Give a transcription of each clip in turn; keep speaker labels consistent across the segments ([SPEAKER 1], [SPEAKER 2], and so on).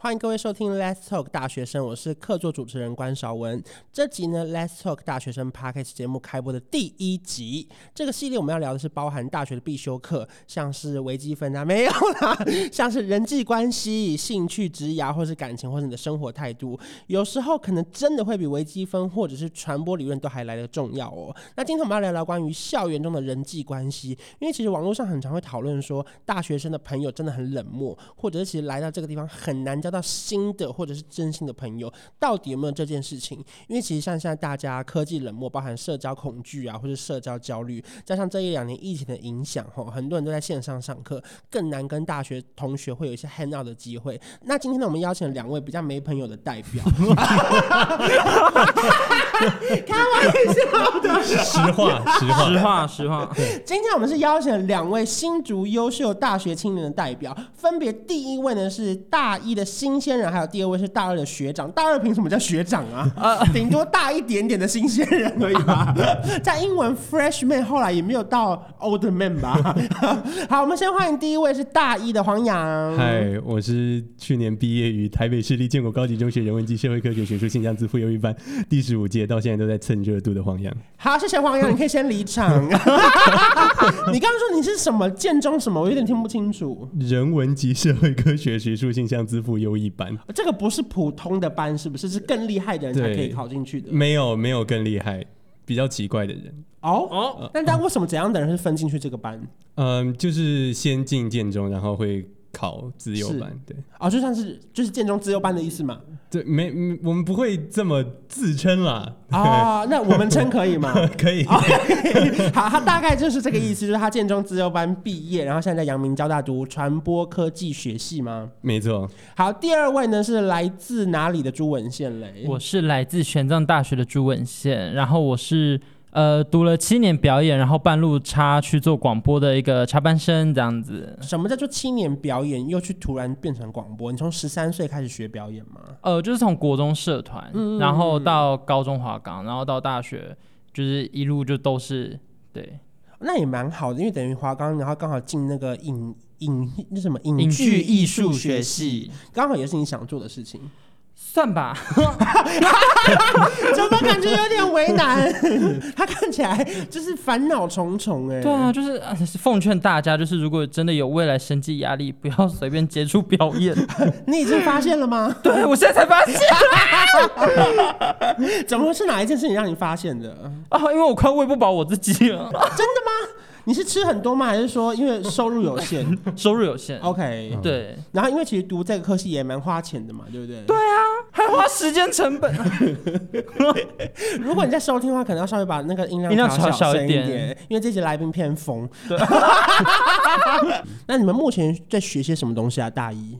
[SPEAKER 1] 欢迎各位收听 Let's Talk 大学生，我是客座主持人关韶文。这集呢，Let's Talk 大学生 Podcast 节目开播的第一集，这个系列我们要聊的是包含大学的必修课，像是微积分啊， 没有啦，像是人际关系、兴趣、职涯，或是感情，或是你的生活态度，有时候可能真的会比微积分或者是传播理论都还来得重要哦。那今天我们要聊聊关于校园中的人际关系，因为其实网络上很常会讨论说，大学生的朋友真的很冷漠，或者是其实来到这个地方很难交到新的或者是真心的朋友，到底有没有这件事情？因为其实像现在大家科技冷漠，包含社交恐惧啊，或是社交焦虑，加上这一两年疫情的影响，吼，很多人都在线上上课，更难跟大学同学会有一些 hang out 的机会。那今天呢，我们邀请了两位比较没朋友的代表，
[SPEAKER 2] 实话，实话，
[SPEAKER 3] 实话，实话，
[SPEAKER 1] 今天我们是邀请了两位新竹优秀大学青年的代表，分别第一位呢是大一的新鲜人，还有第二位是大二的学长。大二凭什么叫学长啊？顶多大一点点的新鲜人而已吧。 在英文 freshman 后来也没有到 old man 吧。好，我们先欢迎第一位是大一的黄洋。
[SPEAKER 2] 嗨，我是去年毕业于台北市立建国高级中学人文及社会科学学术现象自负优异班第十五届，到现在都在蹭热度的黄洋。
[SPEAKER 1] 好，谢谢黄洋，你可以先离场。你刚刚说你是什么建中什么，我有点听不清楚。
[SPEAKER 2] 人文及社会科学学术现象自负优异班，
[SPEAKER 1] 这个不是普通的班，是不是？是更厉害的人才可以
[SPEAKER 2] 对
[SPEAKER 1] 考进去的。
[SPEAKER 2] 没有没有更厉害，比较奇怪的人。
[SPEAKER 1] 哦，
[SPEAKER 3] 哦，
[SPEAKER 1] 但但为什么怎样的人是分进去这个班？
[SPEAKER 2] 嗯，就是先进建中，然后会考自由班。对
[SPEAKER 1] 哦，就算是就是建中自由班的意思 嘛。
[SPEAKER 2] 对，没嗯我们不会这么自称啦。
[SPEAKER 1] 哦，那我们称可以吗？
[SPEAKER 2] 可以，
[SPEAKER 1] 好，他大概就是这个意思，就是他建中自由班毕业，然后现在在阳明交大读传播科技学系吗？
[SPEAKER 2] 没错，
[SPEAKER 1] 好，第二位呢是来自哪里的朱文宪嘞？
[SPEAKER 3] 我是来自玄奘大学的朱文宪，然后我是呃读了七年表演，然后半路插去做广播的一个插班生，这样子。
[SPEAKER 1] 什么叫做七年表演又去突然变成广播？你从十三岁开始学表演吗？
[SPEAKER 3] 呃，就是从国中社团，
[SPEAKER 1] 嗯
[SPEAKER 3] 然后到高中华冈，然后到大学，就是一路就都是对
[SPEAKER 1] 那也蛮好的，因为等于华冈，然后刚好进那个影影那什么
[SPEAKER 3] 影
[SPEAKER 1] 影
[SPEAKER 3] 剧
[SPEAKER 1] 嗯剧
[SPEAKER 3] 艺
[SPEAKER 1] 艺
[SPEAKER 3] 术
[SPEAKER 1] 术
[SPEAKER 3] 学
[SPEAKER 1] 学
[SPEAKER 3] 系
[SPEAKER 1] 系，，刚好也是你想做的事情。
[SPEAKER 3] 算吧。
[SPEAKER 1] 怎么感觉有点为难？ 他看起来就是烦恼重重哎、
[SPEAKER 3] 对啊，就是、呃奉劝大家，就是如果真的有未来生计压力，不要随便接触表演。
[SPEAKER 1] 你已经发现了吗？
[SPEAKER 3] 对我现在才发现。
[SPEAKER 1] 怎么会是哪一件事情让你发现的？
[SPEAKER 3] 啊，因为我快喂不饱我自己了，
[SPEAKER 1] 你是吃很多吗？还是说因为收入有 限
[SPEAKER 3] 收入有限。
[SPEAKER 1] ？OK，
[SPEAKER 3] 对，
[SPEAKER 1] 然后因为其实读这个科系也蛮花钱的嘛，对不对？对。
[SPEAKER 3] 还 花时间成本。
[SPEAKER 1] 如果你在收听的话，可能要稍微把那个音量
[SPEAKER 3] 音量
[SPEAKER 1] 调
[SPEAKER 3] 调小
[SPEAKER 1] 声一
[SPEAKER 3] 一点
[SPEAKER 1] 点，因为这集来宾偏疯。 那你们目前在学些什么东西啊？大一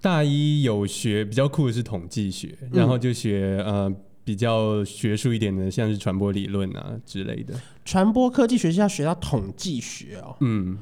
[SPEAKER 2] 大一有学比较酷的是统计学，然后就学、呃比较学术一点的，像是传播理论啊之类的。
[SPEAKER 1] 传播科技学系要学到统计学哦。
[SPEAKER 2] 嗯，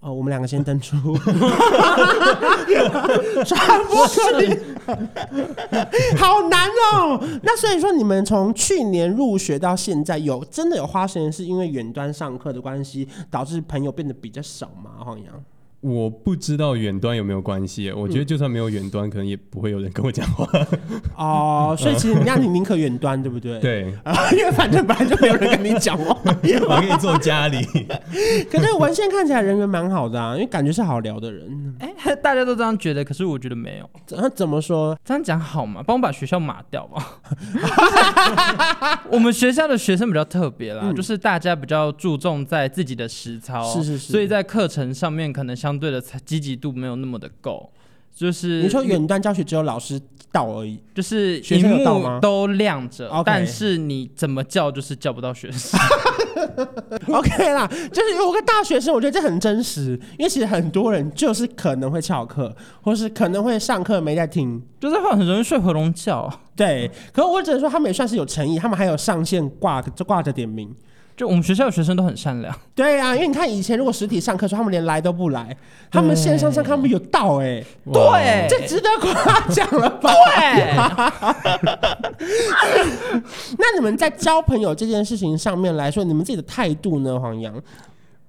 [SPEAKER 1] 哦，我们两个先登出， 传播 是，好难哦。那所以说，你们从去年入学到现在有，真的有花时间是因为远端上课的关系，导致朋友变得比较少吗？黄 洋，
[SPEAKER 2] 我不知道远端有没有关系，我觉得就算没有远端，可能也不会有人跟我讲话。
[SPEAKER 1] 哦，所以其实你让你宁可远端，对不对？。
[SPEAKER 2] 对，
[SPEAKER 1] 啊，因为反正本来就没有人跟你讲 话。
[SPEAKER 2] 我可以坐家里。
[SPEAKER 1] 可是文献看起来人缘蛮好的啊，因为感觉是好聊的人。
[SPEAKER 3] 哎、大家都这样觉得，可是我觉得没有。
[SPEAKER 1] 怎那怎么说？
[SPEAKER 3] 这样讲好吗？帮我把学校码掉吧。 我们学校的学生比较特别啦，就是大家比较注重在自己的实操，
[SPEAKER 1] 嗯是是是
[SPEAKER 3] 所以在课程上面可能相对的积极度没有那么的够。就是
[SPEAKER 1] 你说远端教学只有老师到而已，
[SPEAKER 3] 就是
[SPEAKER 1] 学
[SPEAKER 3] 荧
[SPEAKER 1] 生有到
[SPEAKER 3] 幕
[SPEAKER 1] 吗
[SPEAKER 3] 都亮着
[SPEAKER 1] OK，
[SPEAKER 3] 但是你怎么叫就是叫不到学生。
[SPEAKER 1] OK 啦，就是有个大学生，我觉得这很真实，因为其实很多人就是可能会翘课，或是可能会上课没在听。
[SPEAKER 3] 就是会很容易睡回笼觉。
[SPEAKER 1] 对，可我只能说他们也算是有诚意，他们还有上线挂挂着点名。
[SPEAKER 3] 就我们学校的学生都很善良，
[SPEAKER 1] 对啊，因为你看以前如果实体上课的时候，他们连来都不来，他们线上上课他们有到哎、
[SPEAKER 2] 哇，
[SPEAKER 1] 这值得夸奖了吧？
[SPEAKER 3] 对，
[SPEAKER 1] 那你们在交朋友这件事情上面来说，你们自己的态度呢，黄洋？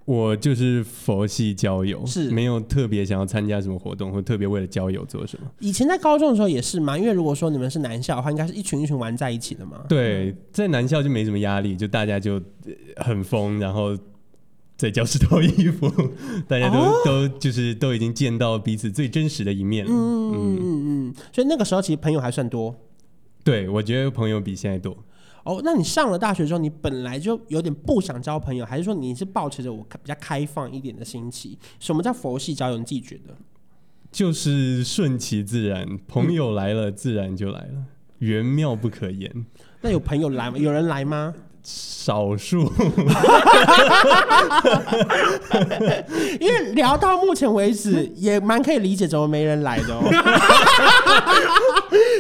[SPEAKER 2] 我就是佛系交友，
[SPEAKER 1] 是
[SPEAKER 2] 没有特别想要参加什么活动，或特别为了交友做什么。
[SPEAKER 1] 以前在高中的时候也是嘛，因为如果说你们是男校的话，应该是一群一群玩在一起的嘛。
[SPEAKER 2] 对，在男校就没什么压力，就大家就呃很疯，然后在教室脱衣服， 大家都、都就是都已经见到彼此最真实的一面了。
[SPEAKER 1] 嗯，嗯嗯嗯，所以那个时候其实朋友还算多。
[SPEAKER 2] 对，我觉得朋友比现在多。
[SPEAKER 1] 哦，那你上了大学之后，你本来就有点不想交朋友，还是说你是保持着我比较开放一点的心情？什么叫佛系交友？你自己觉得？
[SPEAKER 2] 就是顺其自然，朋友来了自然就来了，缘妙不可言，
[SPEAKER 1] 那有朋友来吗？有人来吗？
[SPEAKER 2] 少数。
[SPEAKER 1] 因为聊到目前为止，也蛮可以理解怎么没人来的哦。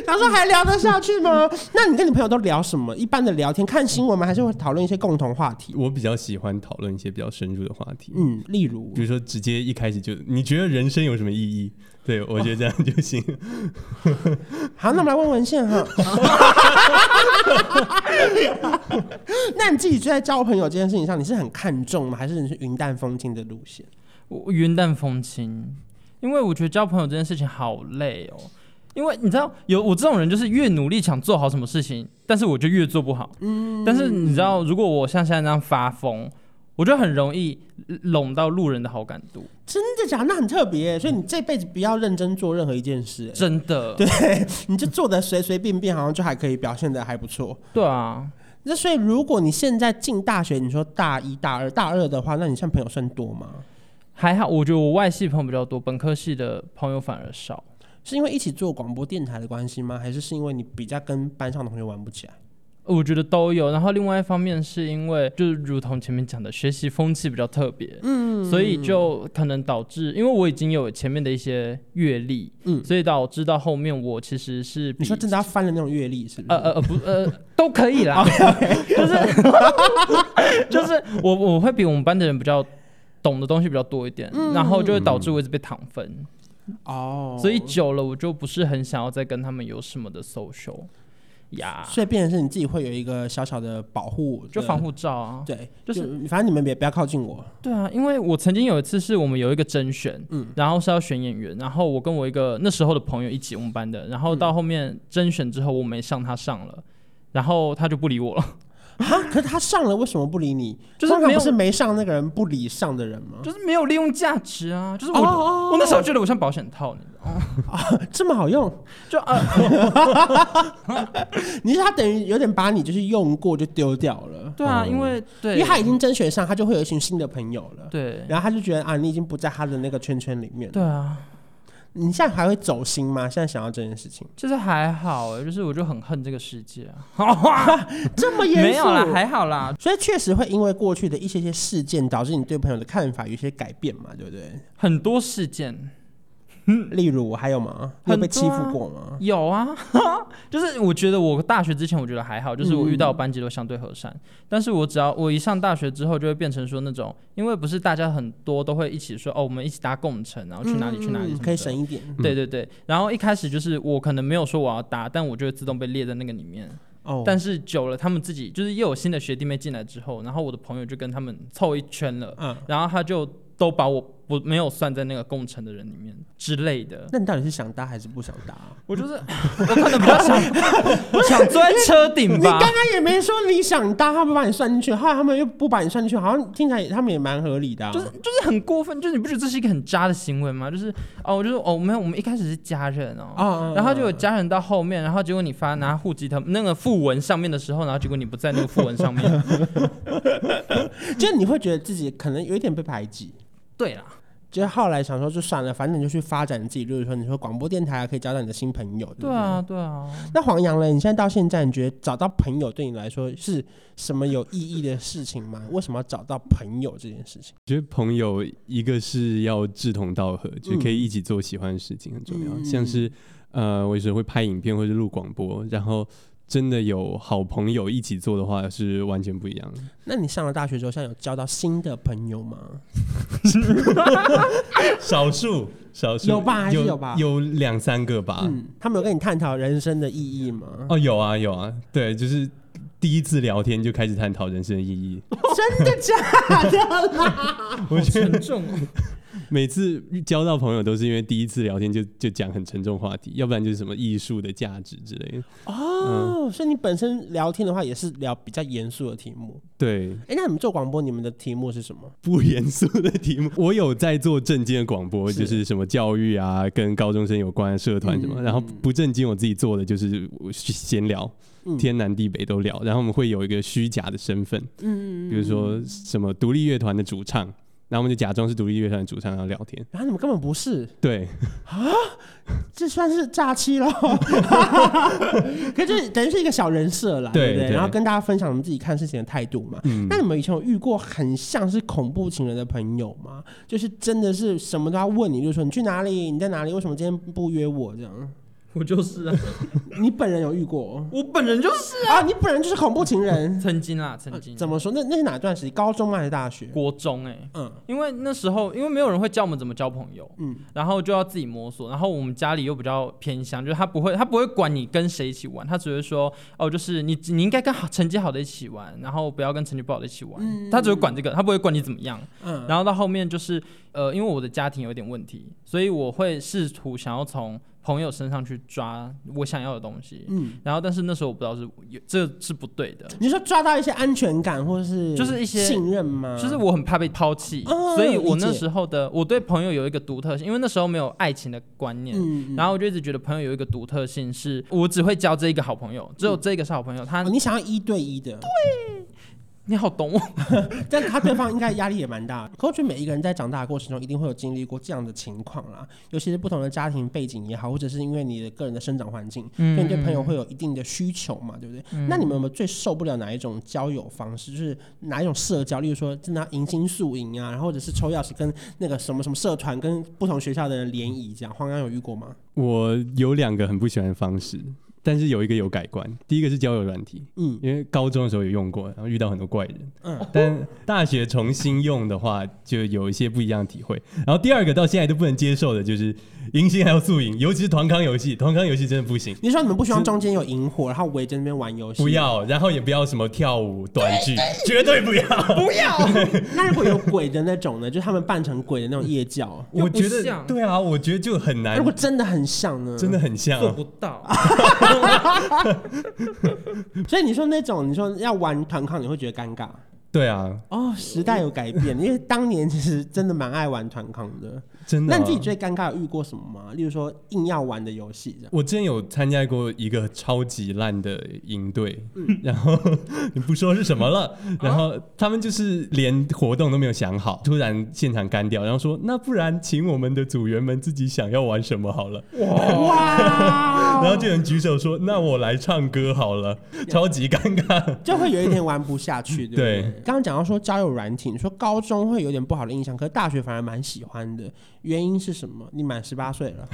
[SPEAKER 1] 他说还聊得下去吗？那你跟你朋友都聊什么？一般的聊天，看新闻吗？还是会讨论一些共同话题？
[SPEAKER 2] 我比较喜欢讨论一些比较深入的话题，
[SPEAKER 1] 嗯，例如
[SPEAKER 2] 比如说直接一开始就你觉得人生有什么意义？对我觉得这样就行。
[SPEAKER 1] 好，那我们来问文献 哈。那你自己在交朋友这件事情上，你是很看重吗？还是你是云淡风轻的路线？
[SPEAKER 3] 我云淡风轻，因为我觉得交朋友这件事情好累哦。因为你知道，有我这种人，就是越努力想做好什么事情，但是我就越做不好。嗯。但是你知道，如果我像现在那样发疯，我就很容易拢到路人的好感度，
[SPEAKER 1] 真的假的？那很特别耶，所以你这辈子不要认真做任何一件事耶，
[SPEAKER 3] 真的。
[SPEAKER 1] 对，你就做的随随便便，好像就还可以表现的还不错。
[SPEAKER 3] 对啊，
[SPEAKER 1] 那所以，如果你现在进大学，你说大一、大二、大二的话，那你像朋友算多吗？
[SPEAKER 3] 还好，我觉得我外系朋友比较多，本科系的朋友反而少。
[SPEAKER 1] 是因为一起做广播电台的关系吗？还是是因为你比较跟班上的同学玩不起来？
[SPEAKER 3] 我觉得都有，然后另外一方面是因为，就是如同前面讲的，学习风气比较特别，嗯，所以就可能导致，因为我已经有前面的一些阅历，
[SPEAKER 1] 嗯
[SPEAKER 3] 嗯，所以导致到后面我其实是比
[SPEAKER 1] 你说真的要翻了那种阅历是不是？
[SPEAKER 3] 呃呃呃不呃都可 以啦，就是 就是我我会比我们班的人比较懂的东西比较多一点，
[SPEAKER 1] 嗯
[SPEAKER 3] 然后就会导致我一直被躺分，
[SPEAKER 1] 哦，
[SPEAKER 3] 所以久了我就不是很想要再跟他们有什么的 social 呀，
[SPEAKER 1] 所以变成是你自己会有一个小小的保护，
[SPEAKER 3] 啊就防。护罩啊，
[SPEAKER 1] 对，就
[SPEAKER 3] 就是
[SPEAKER 1] 是反正你们也不要靠近我。
[SPEAKER 3] 对啊，因为我曾经有一次是我们有一个甄选，
[SPEAKER 1] 嗯
[SPEAKER 3] 然后是要选演员，然后我跟我一个那时候的朋友一起我们班的，然后到后面甄选之后我没上，他上了，然后他就不理 我了，
[SPEAKER 1] 啊！可是他上了，为什么不理你？
[SPEAKER 3] 就是
[SPEAKER 1] 通常不
[SPEAKER 3] 没有
[SPEAKER 1] 是没上那个人不理上的人吗？
[SPEAKER 3] 就是没有利用价值啊，就是我、
[SPEAKER 1] 哦
[SPEAKER 3] 我那时候觉得我像保险套，你知道吗？
[SPEAKER 1] 这么好用，
[SPEAKER 3] 就啊，
[SPEAKER 1] 呃 你是他等于有点把你就是用过就丢掉了，
[SPEAKER 3] 对啊，因为
[SPEAKER 1] 因
[SPEAKER 3] 对，
[SPEAKER 1] 为他已经甄选上，他就会有一群新的朋友了。
[SPEAKER 3] 对
[SPEAKER 1] 然后他就觉得啊，你已经不在他的那个圈圈里面。
[SPEAKER 3] 对，啊，
[SPEAKER 1] 你现在还会走心吗？现在想到这件事 情，
[SPEAKER 3] 就是还好、欸，就是我就很恨这个世界啊，
[SPEAKER 1] 这么严肃？
[SPEAKER 3] 没有啦，还好啦，
[SPEAKER 1] 所以确实会因为过去的一些些事件，导致你对朋友的看法有一些改变嘛，对不对？
[SPEAKER 3] 很多事件。
[SPEAKER 1] 例如还有吗？你有被欺负过吗？
[SPEAKER 3] 有啊， 就是我觉得我大学之前我觉得还好，就是我遇
[SPEAKER 1] 嗯
[SPEAKER 3] 到班级都相对和善，但是我只要我一上大学之后就会变成说那种，因为不是大家很多都会一起说哦，我们一起搭共乘，然后去哪里去哪里什
[SPEAKER 1] 嗯
[SPEAKER 3] 么的
[SPEAKER 1] 可以省一点
[SPEAKER 3] 对对对，然后一开始就是我可能没有说我要搭，但我就会自动被列在那个里面。
[SPEAKER 1] 哦。
[SPEAKER 3] 但是久了，他们自己就是又有新的学弟妹进来之后，然后我的朋友就跟他们凑一圈了，
[SPEAKER 1] 嗯
[SPEAKER 3] 然后他就都把我不没有算在那个共乘的人里面之类的。
[SPEAKER 1] 那你到底是想搭还是不想搭啊？
[SPEAKER 3] 我就是 我可能比较想，我 想坐在车顶
[SPEAKER 1] 你
[SPEAKER 3] 吧
[SPEAKER 1] 刚。刚也没说你想搭，他们把你算进去，后来他们又不把你算进去，好像听起来也他们也蛮合理的、啊。
[SPEAKER 3] 就是就是很过分，就是你不觉得这是一个很渣的行为吗？就是哦，我就说哦没有，我们一开始是家人哦，
[SPEAKER 1] 啊
[SPEAKER 3] 然后就有家人到后面，然后结果你发拿户籍的那个附文上面的时候，然后结果你不在那个附文上面。
[SPEAKER 1] 就你会觉得自己可能有一点被排挤。
[SPEAKER 3] 对啦，
[SPEAKER 1] 就是后来想说，就算了，反正你就去发展你自己。就是说，你说广播电台啊，可以交到你的新朋友，对不
[SPEAKER 3] 对
[SPEAKER 1] 对？
[SPEAKER 3] 啊，对啊，
[SPEAKER 1] 那黄洋呢？你现在到现在，你觉得找到朋友对你来说是什么有意义的事情吗？为什么要找到朋友这件事情？
[SPEAKER 2] 觉得朋友一个是要志同道合，就是可以一起做喜欢的事情很重要。
[SPEAKER 1] 嗯
[SPEAKER 2] 像是呃，我有时候会拍影片或者录广播，然后真的有好朋友一起做的话是完全不一样的。
[SPEAKER 1] 那你上了大学之后，现在有交到新的朋友吗？
[SPEAKER 2] 少数少数
[SPEAKER 1] 有吧还是有吧
[SPEAKER 2] 有两三个吧。
[SPEAKER 1] 嗯嗯，他们有跟你探讨人生的意义吗？
[SPEAKER 2] 哦，有啊有啊，对，就是第一次聊天就开始探讨人生的意义。
[SPEAKER 1] 真的假的啦？
[SPEAKER 2] 我觉得
[SPEAKER 3] 沉重哦。
[SPEAKER 2] 每次交到朋友都是因为第一次聊天就就讲很沉重话题，要不然就是什么艺术的价值之类的。
[SPEAKER 1] 哦，所以你本身聊天的话也是聊比较严肃的题目。
[SPEAKER 2] 对，
[SPEAKER 1] 哎、那你们做广播，你们的题目是什么？
[SPEAKER 2] 不严肃的题目，我有在做正经的广播，
[SPEAKER 1] 是
[SPEAKER 2] 就是什么教育啊，跟高中生有关的社团什么。
[SPEAKER 1] 嗯
[SPEAKER 2] 然后不正经我自己做的就是我闲聊，
[SPEAKER 1] 嗯
[SPEAKER 2] 天南地北都聊。然后我们会有一个虚假的身份，
[SPEAKER 1] 嗯，
[SPEAKER 2] 比如说什么独立乐团的主唱，然后我们就假装是独立乐团的主唱，然后聊天。
[SPEAKER 1] 啊然后你们根本不是，
[SPEAKER 2] 对，
[SPEAKER 1] 这算是诈欺喽。 可是等于是一个小人设啦，
[SPEAKER 2] 对
[SPEAKER 1] 不对？
[SPEAKER 2] 对
[SPEAKER 1] 然后跟大家分享我们自己看事情的态度嘛。
[SPEAKER 2] 嗯
[SPEAKER 1] 那，你们以前有遇过很像是恐怖情人的朋友吗？就是真的是什么都要问你，就是说你去哪里，你在哪里，为什么今天不约我这样？
[SPEAKER 3] 我就是啊，
[SPEAKER 1] 你本人有遇过
[SPEAKER 3] 我本人就是？
[SPEAKER 1] 啊？你本人就是恐怖情人 呃
[SPEAKER 3] 曾经啦，曾经
[SPEAKER 1] 怎么说？那那是哪段时期？高中吗还是大学？
[SPEAKER 3] 国中哎、
[SPEAKER 1] 嗯
[SPEAKER 3] 因为那时候因为没有人会教我们怎么交朋友，
[SPEAKER 1] 嗯，
[SPEAKER 3] 然后就要自己摸索。然后我们家里又比较偏乡，就是他不会他不会管你跟谁一起玩，他只会说哦，就是你你应该跟好成绩好的一起玩，然后不要跟成绩不好的一起玩。他只会管这个，他不会管你怎么样。
[SPEAKER 1] 嗯
[SPEAKER 3] 然后到后面就是呃，因为我的家庭有点问题，所以我会试图想要从朋友身上去抓我想要的东西。
[SPEAKER 1] 嗯，
[SPEAKER 3] 然后但是那时候我不知道是有这是不对的，
[SPEAKER 1] 你说抓到一些安全感，或是
[SPEAKER 3] 就是一些
[SPEAKER 1] 信任吗？
[SPEAKER 3] 就是我很怕被抛弃，
[SPEAKER 1] 哦
[SPEAKER 3] 所以我
[SPEAKER 1] 理解
[SPEAKER 3] 那时候的我对朋友有一个独特性，因为那时候没有爱情的观念，
[SPEAKER 1] 嗯，
[SPEAKER 3] 然后我就一直觉得朋友有一个独特性是，我只会交这一个好朋友，只有这个是好朋友。他
[SPEAKER 1] 哦你想要一对一的，
[SPEAKER 3] 你好懂我，
[SPEAKER 1] 但他对方应该压力也蛮大的。可我觉得每一个人在长大的过程中，一定会有经历过这样的情况啦，尤其是不同的家庭背景也好，或者是因为你的个人的生长环境，
[SPEAKER 2] 嗯
[SPEAKER 3] 嗯
[SPEAKER 1] 所以你对朋友会有一定的需求嘛，对不对？那你们有没有最受不了哪一种交友方式？就是哪一种社交，例如说真的要迎新宿营啊，然后或者是抽钥匙跟那个什么什么社团、跟不同学校的人联谊这样？黄刚有遇过吗？
[SPEAKER 2] 我有两个很不喜欢的方式，但是有一个有改观。第一个是交友软体，
[SPEAKER 1] 嗯
[SPEAKER 2] 因为高中的时候有用过，然后遇到很多怪人。
[SPEAKER 1] 嗯，
[SPEAKER 2] 但 大学重新用的话，就有一些不一样的体会。然后第二个到现在都不能接受的就是迎新还要宿营，尤其是团康游戏，团康游戏真的不行，
[SPEAKER 1] 你说你们不希望中间有萤火，然后围着那边玩游戏？
[SPEAKER 2] 不。要，然后也不要什么跳舞、短剧，绝对不要。
[SPEAKER 3] 不要，
[SPEAKER 1] 那如果有鬼的那种呢？就是他们扮成鬼的那种夜教，
[SPEAKER 3] 又
[SPEAKER 2] 我
[SPEAKER 3] 不
[SPEAKER 2] 觉得
[SPEAKER 3] 像
[SPEAKER 2] 对啊，我觉得就很难
[SPEAKER 1] 如果，真的很像呢？
[SPEAKER 2] 真的很像、
[SPEAKER 3] 做
[SPEAKER 2] 啊。
[SPEAKER 3] 不到。
[SPEAKER 1] 所以你说那种你说要玩团康，你会觉得尴尬
[SPEAKER 2] 对啊，
[SPEAKER 1] 哦。时代有改变，因为当年其实真的蛮爱玩团康的。
[SPEAKER 2] 真
[SPEAKER 1] 那
[SPEAKER 2] 的、啊。
[SPEAKER 1] 你自己最尴尬有遇过什么吗？例如说硬要玩的游戏这样。
[SPEAKER 2] 我之前有参加过一个超级烂的营队，然后你不说是什么了，然后他们就是连活动都没有想好，突然现场干掉，然后说那不然请我们的组员们自己想要玩什么好了，
[SPEAKER 1] 哇，
[SPEAKER 2] 然后就有人举手说那我来唱歌好了，超级尴尬。
[SPEAKER 1] 就会有一点玩不下 去，对不对？
[SPEAKER 2] 对
[SPEAKER 1] 刚刚讲到说交友软体，你说高中会有点不好的印象，可是大学反而蛮喜欢的，原因是什么？你满十八岁了，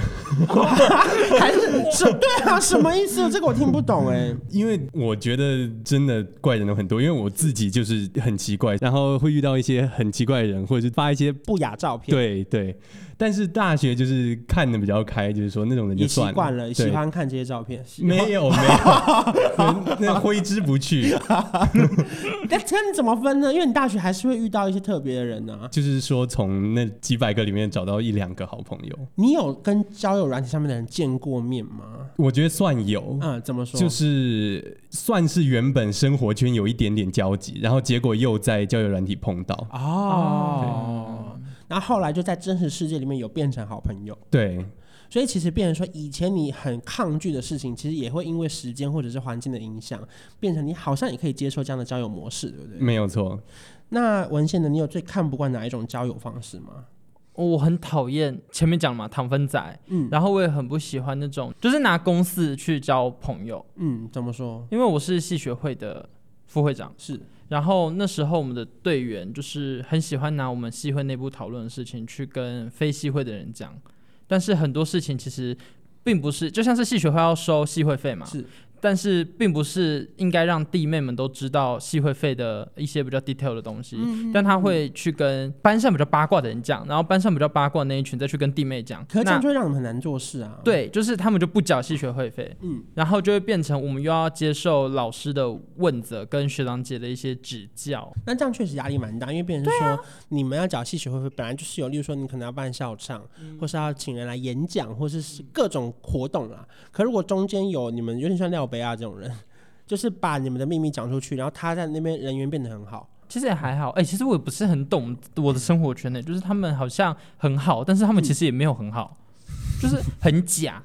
[SPEAKER 1] 还是什？对啊，什么意思？这个我听不懂哎、
[SPEAKER 2] 因为我觉得真的怪人有很多，因为我自己就是很奇怪，然后会遇到一些很奇怪的人，或者是发一些
[SPEAKER 1] 不雅照片，
[SPEAKER 2] 对对，但是大学就是看的比较开，就是说那种人就
[SPEAKER 1] 也习
[SPEAKER 2] 算
[SPEAKER 1] 惯了，喜
[SPEAKER 2] 对
[SPEAKER 1] 欢看这些照片。
[SPEAKER 2] 没有没有，那那挥之不去。
[SPEAKER 1] 那这你怎么分呢？因为你大学还是会遇到一些特别的人啊呢、
[SPEAKER 2] 就是说，从那几百个里面找到一两个好朋友，
[SPEAKER 1] 你有跟交友软体上面的人见过面吗？
[SPEAKER 2] 我觉得算有，
[SPEAKER 1] 嗯，怎么说？
[SPEAKER 2] 就是算是原本生活圈有一点点交集，然后结果又在交友软体碰到。
[SPEAKER 1] 哦，然后后来就在真实世界里面有变成好朋友，
[SPEAKER 2] 对
[SPEAKER 1] 所以其实变成说，以前你很抗拒的事情，其实也会因为时间或者是环境的影响，变成你好像也可以接受这样的交友模式，对不对？
[SPEAKER 2] 没有错。
[SPEAKER 1] 那文献呢？你有最看不惯哪一种交友方式吗？
[SPEAKER 3] 哦我很讨厌前面讲嘛，糖分仔，
[SPEAKER 1] 嗯
[SPEAKER 3] 然后我也很不喜欢那种就是拿公司去交朋友，
[SPEAKER 1] 嗯，怎么说？
[SPEAKER 3] 因为我是系学会的副会长，
[SPEAKER 1] 是
[SPEAKER 3] 然后那时候我们的队员就是很喜欢拿我们系会内部讨论的事情去跟非系会的人讲，但是很多事情其实并不是，就像是系学会要收系会费嘛，
[SPEAKER 1] 是，
[SPEAKER 3] 但是并不是应该让弟妹们都知道系会费的一些比较 detail 的东西，
[SPEAKER 1] 嗯
[SPEAKER 3] 但他会去跟班上比较八卦的人讲，然后班上比较八卦的那一群再去跟弟妹讲。
[SPEAKER 1] 可是这样
[SPEAKER 3] 那
[SPEAKER 1] 就会让你们很难做事啊。，
[SPEAKER 3] 对，就是他们就不缴系学会费，
[SPEAKER 1] 嗯，
[SPEAKER 3] 然后就会变成我们又要接受老师的问责跟学长姐的一些指教。
[SPEAKER 1] 那这样确实压力蛮大，因为别人是说、你们要缴系学会费，本来就是有，例如说你可能要办校唱，或是要请人来演讲，或是是各种活动啦。可如果中间有你们有点像廖北亚这种人， 就是把你们的秘密讲出去，然后他在那边人缘变得很好，
[SPEAKER 3] 其实也还好，哎、其实我也不是很懂我的生活圈呢、就是他们好像很好，但是他们其实也没有很好，就是很假。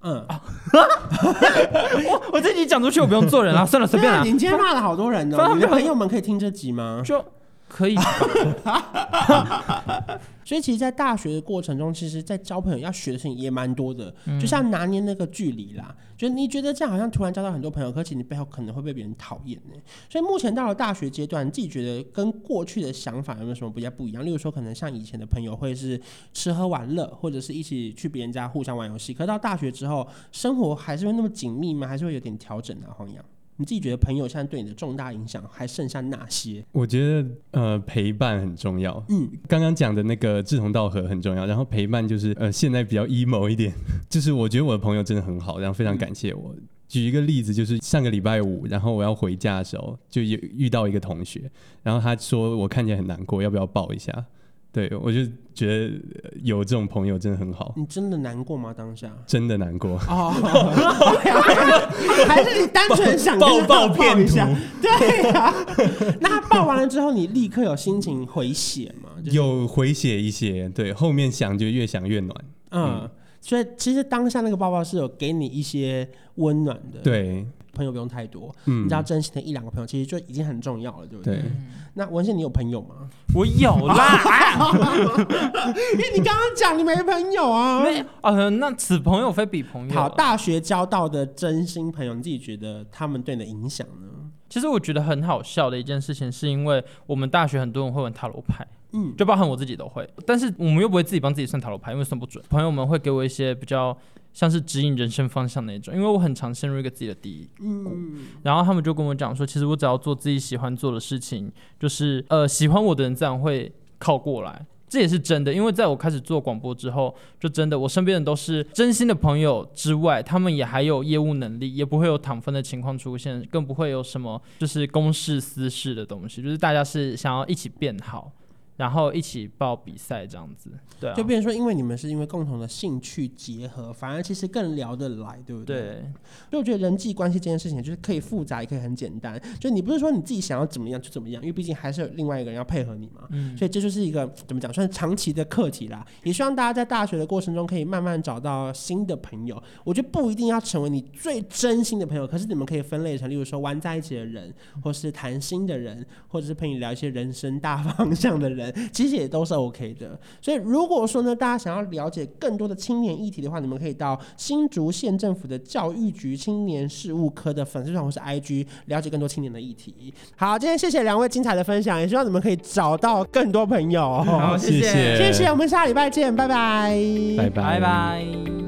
[SPEAKER 1] 嗯，
[SPEAKER 3] 啊我我自己讲出去，我不用做人啊， 算了，随便
[SPEAKER 1] 对啊
[SPEAKER 3] 啦
[SPEAKER 1] 你，今天骂了好多人
[SPEAKER 3] 反
[SPEAKER 1] 哦，
[SPEAKER 3] 正
[SPEAKER 1] 你的朋友们可以听这集吗？
[SPEAKER 3] 就 可以吧。
[SPEAKER 1] 所以其实，在大学的过程中，其实，在交朋友要学的事情也蛮多的，就是要拿捏那个距离啦。就是你觉得这样好像突然交到很多朋友，可是你背后可能会被别人讨厌呢。所以目前到了大学阶段，你自己觉得跟过去的想法有没有什么比较不一样？例如说，可能像以前的朋友会是吃喝玩乐，或者是一起去别人家互相玩游戏。可是到大学之后，生活还是会那么紧密吗？还是会有点调整啊？黄洋，你自己觉得朋友现在对你的重大影响还剩下哪些？
[SPEAKER 2] 我觉得呃陪伴很重要，
[SPEAKER 1] 嗯，
[SPEAKER 2] 刚刚讲的那个志同道合很重要，然后陪伴就是呃现在比较 emo 一点， 就是我觉得我的朋友真的很好，然后非常感谢我。举一个例子，就是上个礼拜五，然后我要回家的时候，就有遇到一个同学，然后他说我看起来很难过，要不要抱一下？对我就觉得呃有这种朋友真的很好，
[SPEAKER 1] 你真的难过吗？当下？
[SPEAKER 2] 真的难过。
[SPEAKER 1] 哦， 还是你单纯想跟
[SPEAKER 2] 抱
[SPEAKER 1] 他
[SPEAKER 2] 抱
[SPEAKER 1] 一
[SPEAKER 2] 骗徒
[SPEAKER 1] 下？对呀、那他抱完了之后，你立刻有心情回血吗？就是、，
[SPEAKER 2] 有回写一些，对，后面想就越想越暖，
[SPEAKER 1] 嗯，所以其实当下那个抱抱是有给你一些温暖的。，
[SPEAKER 2] 对，
[SPEAKER 1] 朋友不用太多，
[SPEAKER 2] 嗯，
[SPEAKER 1] 你只要珍惜的一两个朋友，其实就已经很重要了，对不对？
[SPEAKER 2] 对，
[SPEAKER 1] 那文献你有朋友吗？
[SPEAKER 3] 嗯我有 啦，
[SPEAKER 1] 因为你刚刚讲你没朋友啊。
[SPEAKER 3] 没有哦，那此朋友非彼朋友
[SPEAKER 1] 好，
[SPEAKER 3] 啊。
[SPEAKER 1] 大学交到的真心朋友，你自己觉得他们对你的影响呢？
[SPEAKER 3] 其实我觉得很好笑的一件事情，是因为我们大学很多人会玩塔罗牌，
[SPEAKER 1] 嗯，
[SPEAKER 3] 就包含我自己都会，但是我们又不会自己帮自己算塔罗牌，因为算不准。朋友们会给我一些比较像是指引人生方向那种，因为我很常陷入一个自己的低谷，然后他们就跟我讲说，其实我只要做自己喜欢做的事情，就是呃喜欢我的人自然会靠过来。这也是真的，因为在我开始做广播之后，就真的我身边的都是真心的朋友之外，他们也还有业务能力，也不会有躺分的情况出现，更不会有什么就是公事私事的东西，就是大家是想要一起变好，然后一起报比赛这样子，对啊
[SPEAKER 1] 就，变成说，因为你们是因为共同的兴趣结合，反而其实更聊得来，对不对？。
[SPEAKER 3] 对，
[SPEAKER 1] 所以我觉得人际关系这件事情，就是可以复杂，也可以很简单。就你不是说你自己想要怎么样就怎么样，因为毕竟还是有另外一个人要配合你嘛。
[SPEAKER 3] 嗯
[SPEAKER 1] 所以这就是一个怎么讲，算是长期的课题啦。也希望大家在大学的过程中，可以慢慢找到新的朋友。我觉得不一定要成为你最真心的朋友，可是你们可以分类成，例如说玩在一起的人，或是谈心的人，或者是陪你聊一些人生大方向的人，其实也都是 OK 的。所以如果说呢，大家想要了解更多的青年议题的话，你们可以到新竹县政府的教育局青年事务科的粉丝团或是 IG 了解更多青年的议题。好，今天谢谢两位精彩的分享，也希望你们可以找到更多朋友。
[SPEAKER 3] 好
[SPEAKER 2] 谢
[SPEAKER 3] 谢
[SPEAKER 1] 谢谢，我们下礼拜见，拜拜。
[SPEAKER 2] 拜拜
[SPEAKER 3] 拜拜。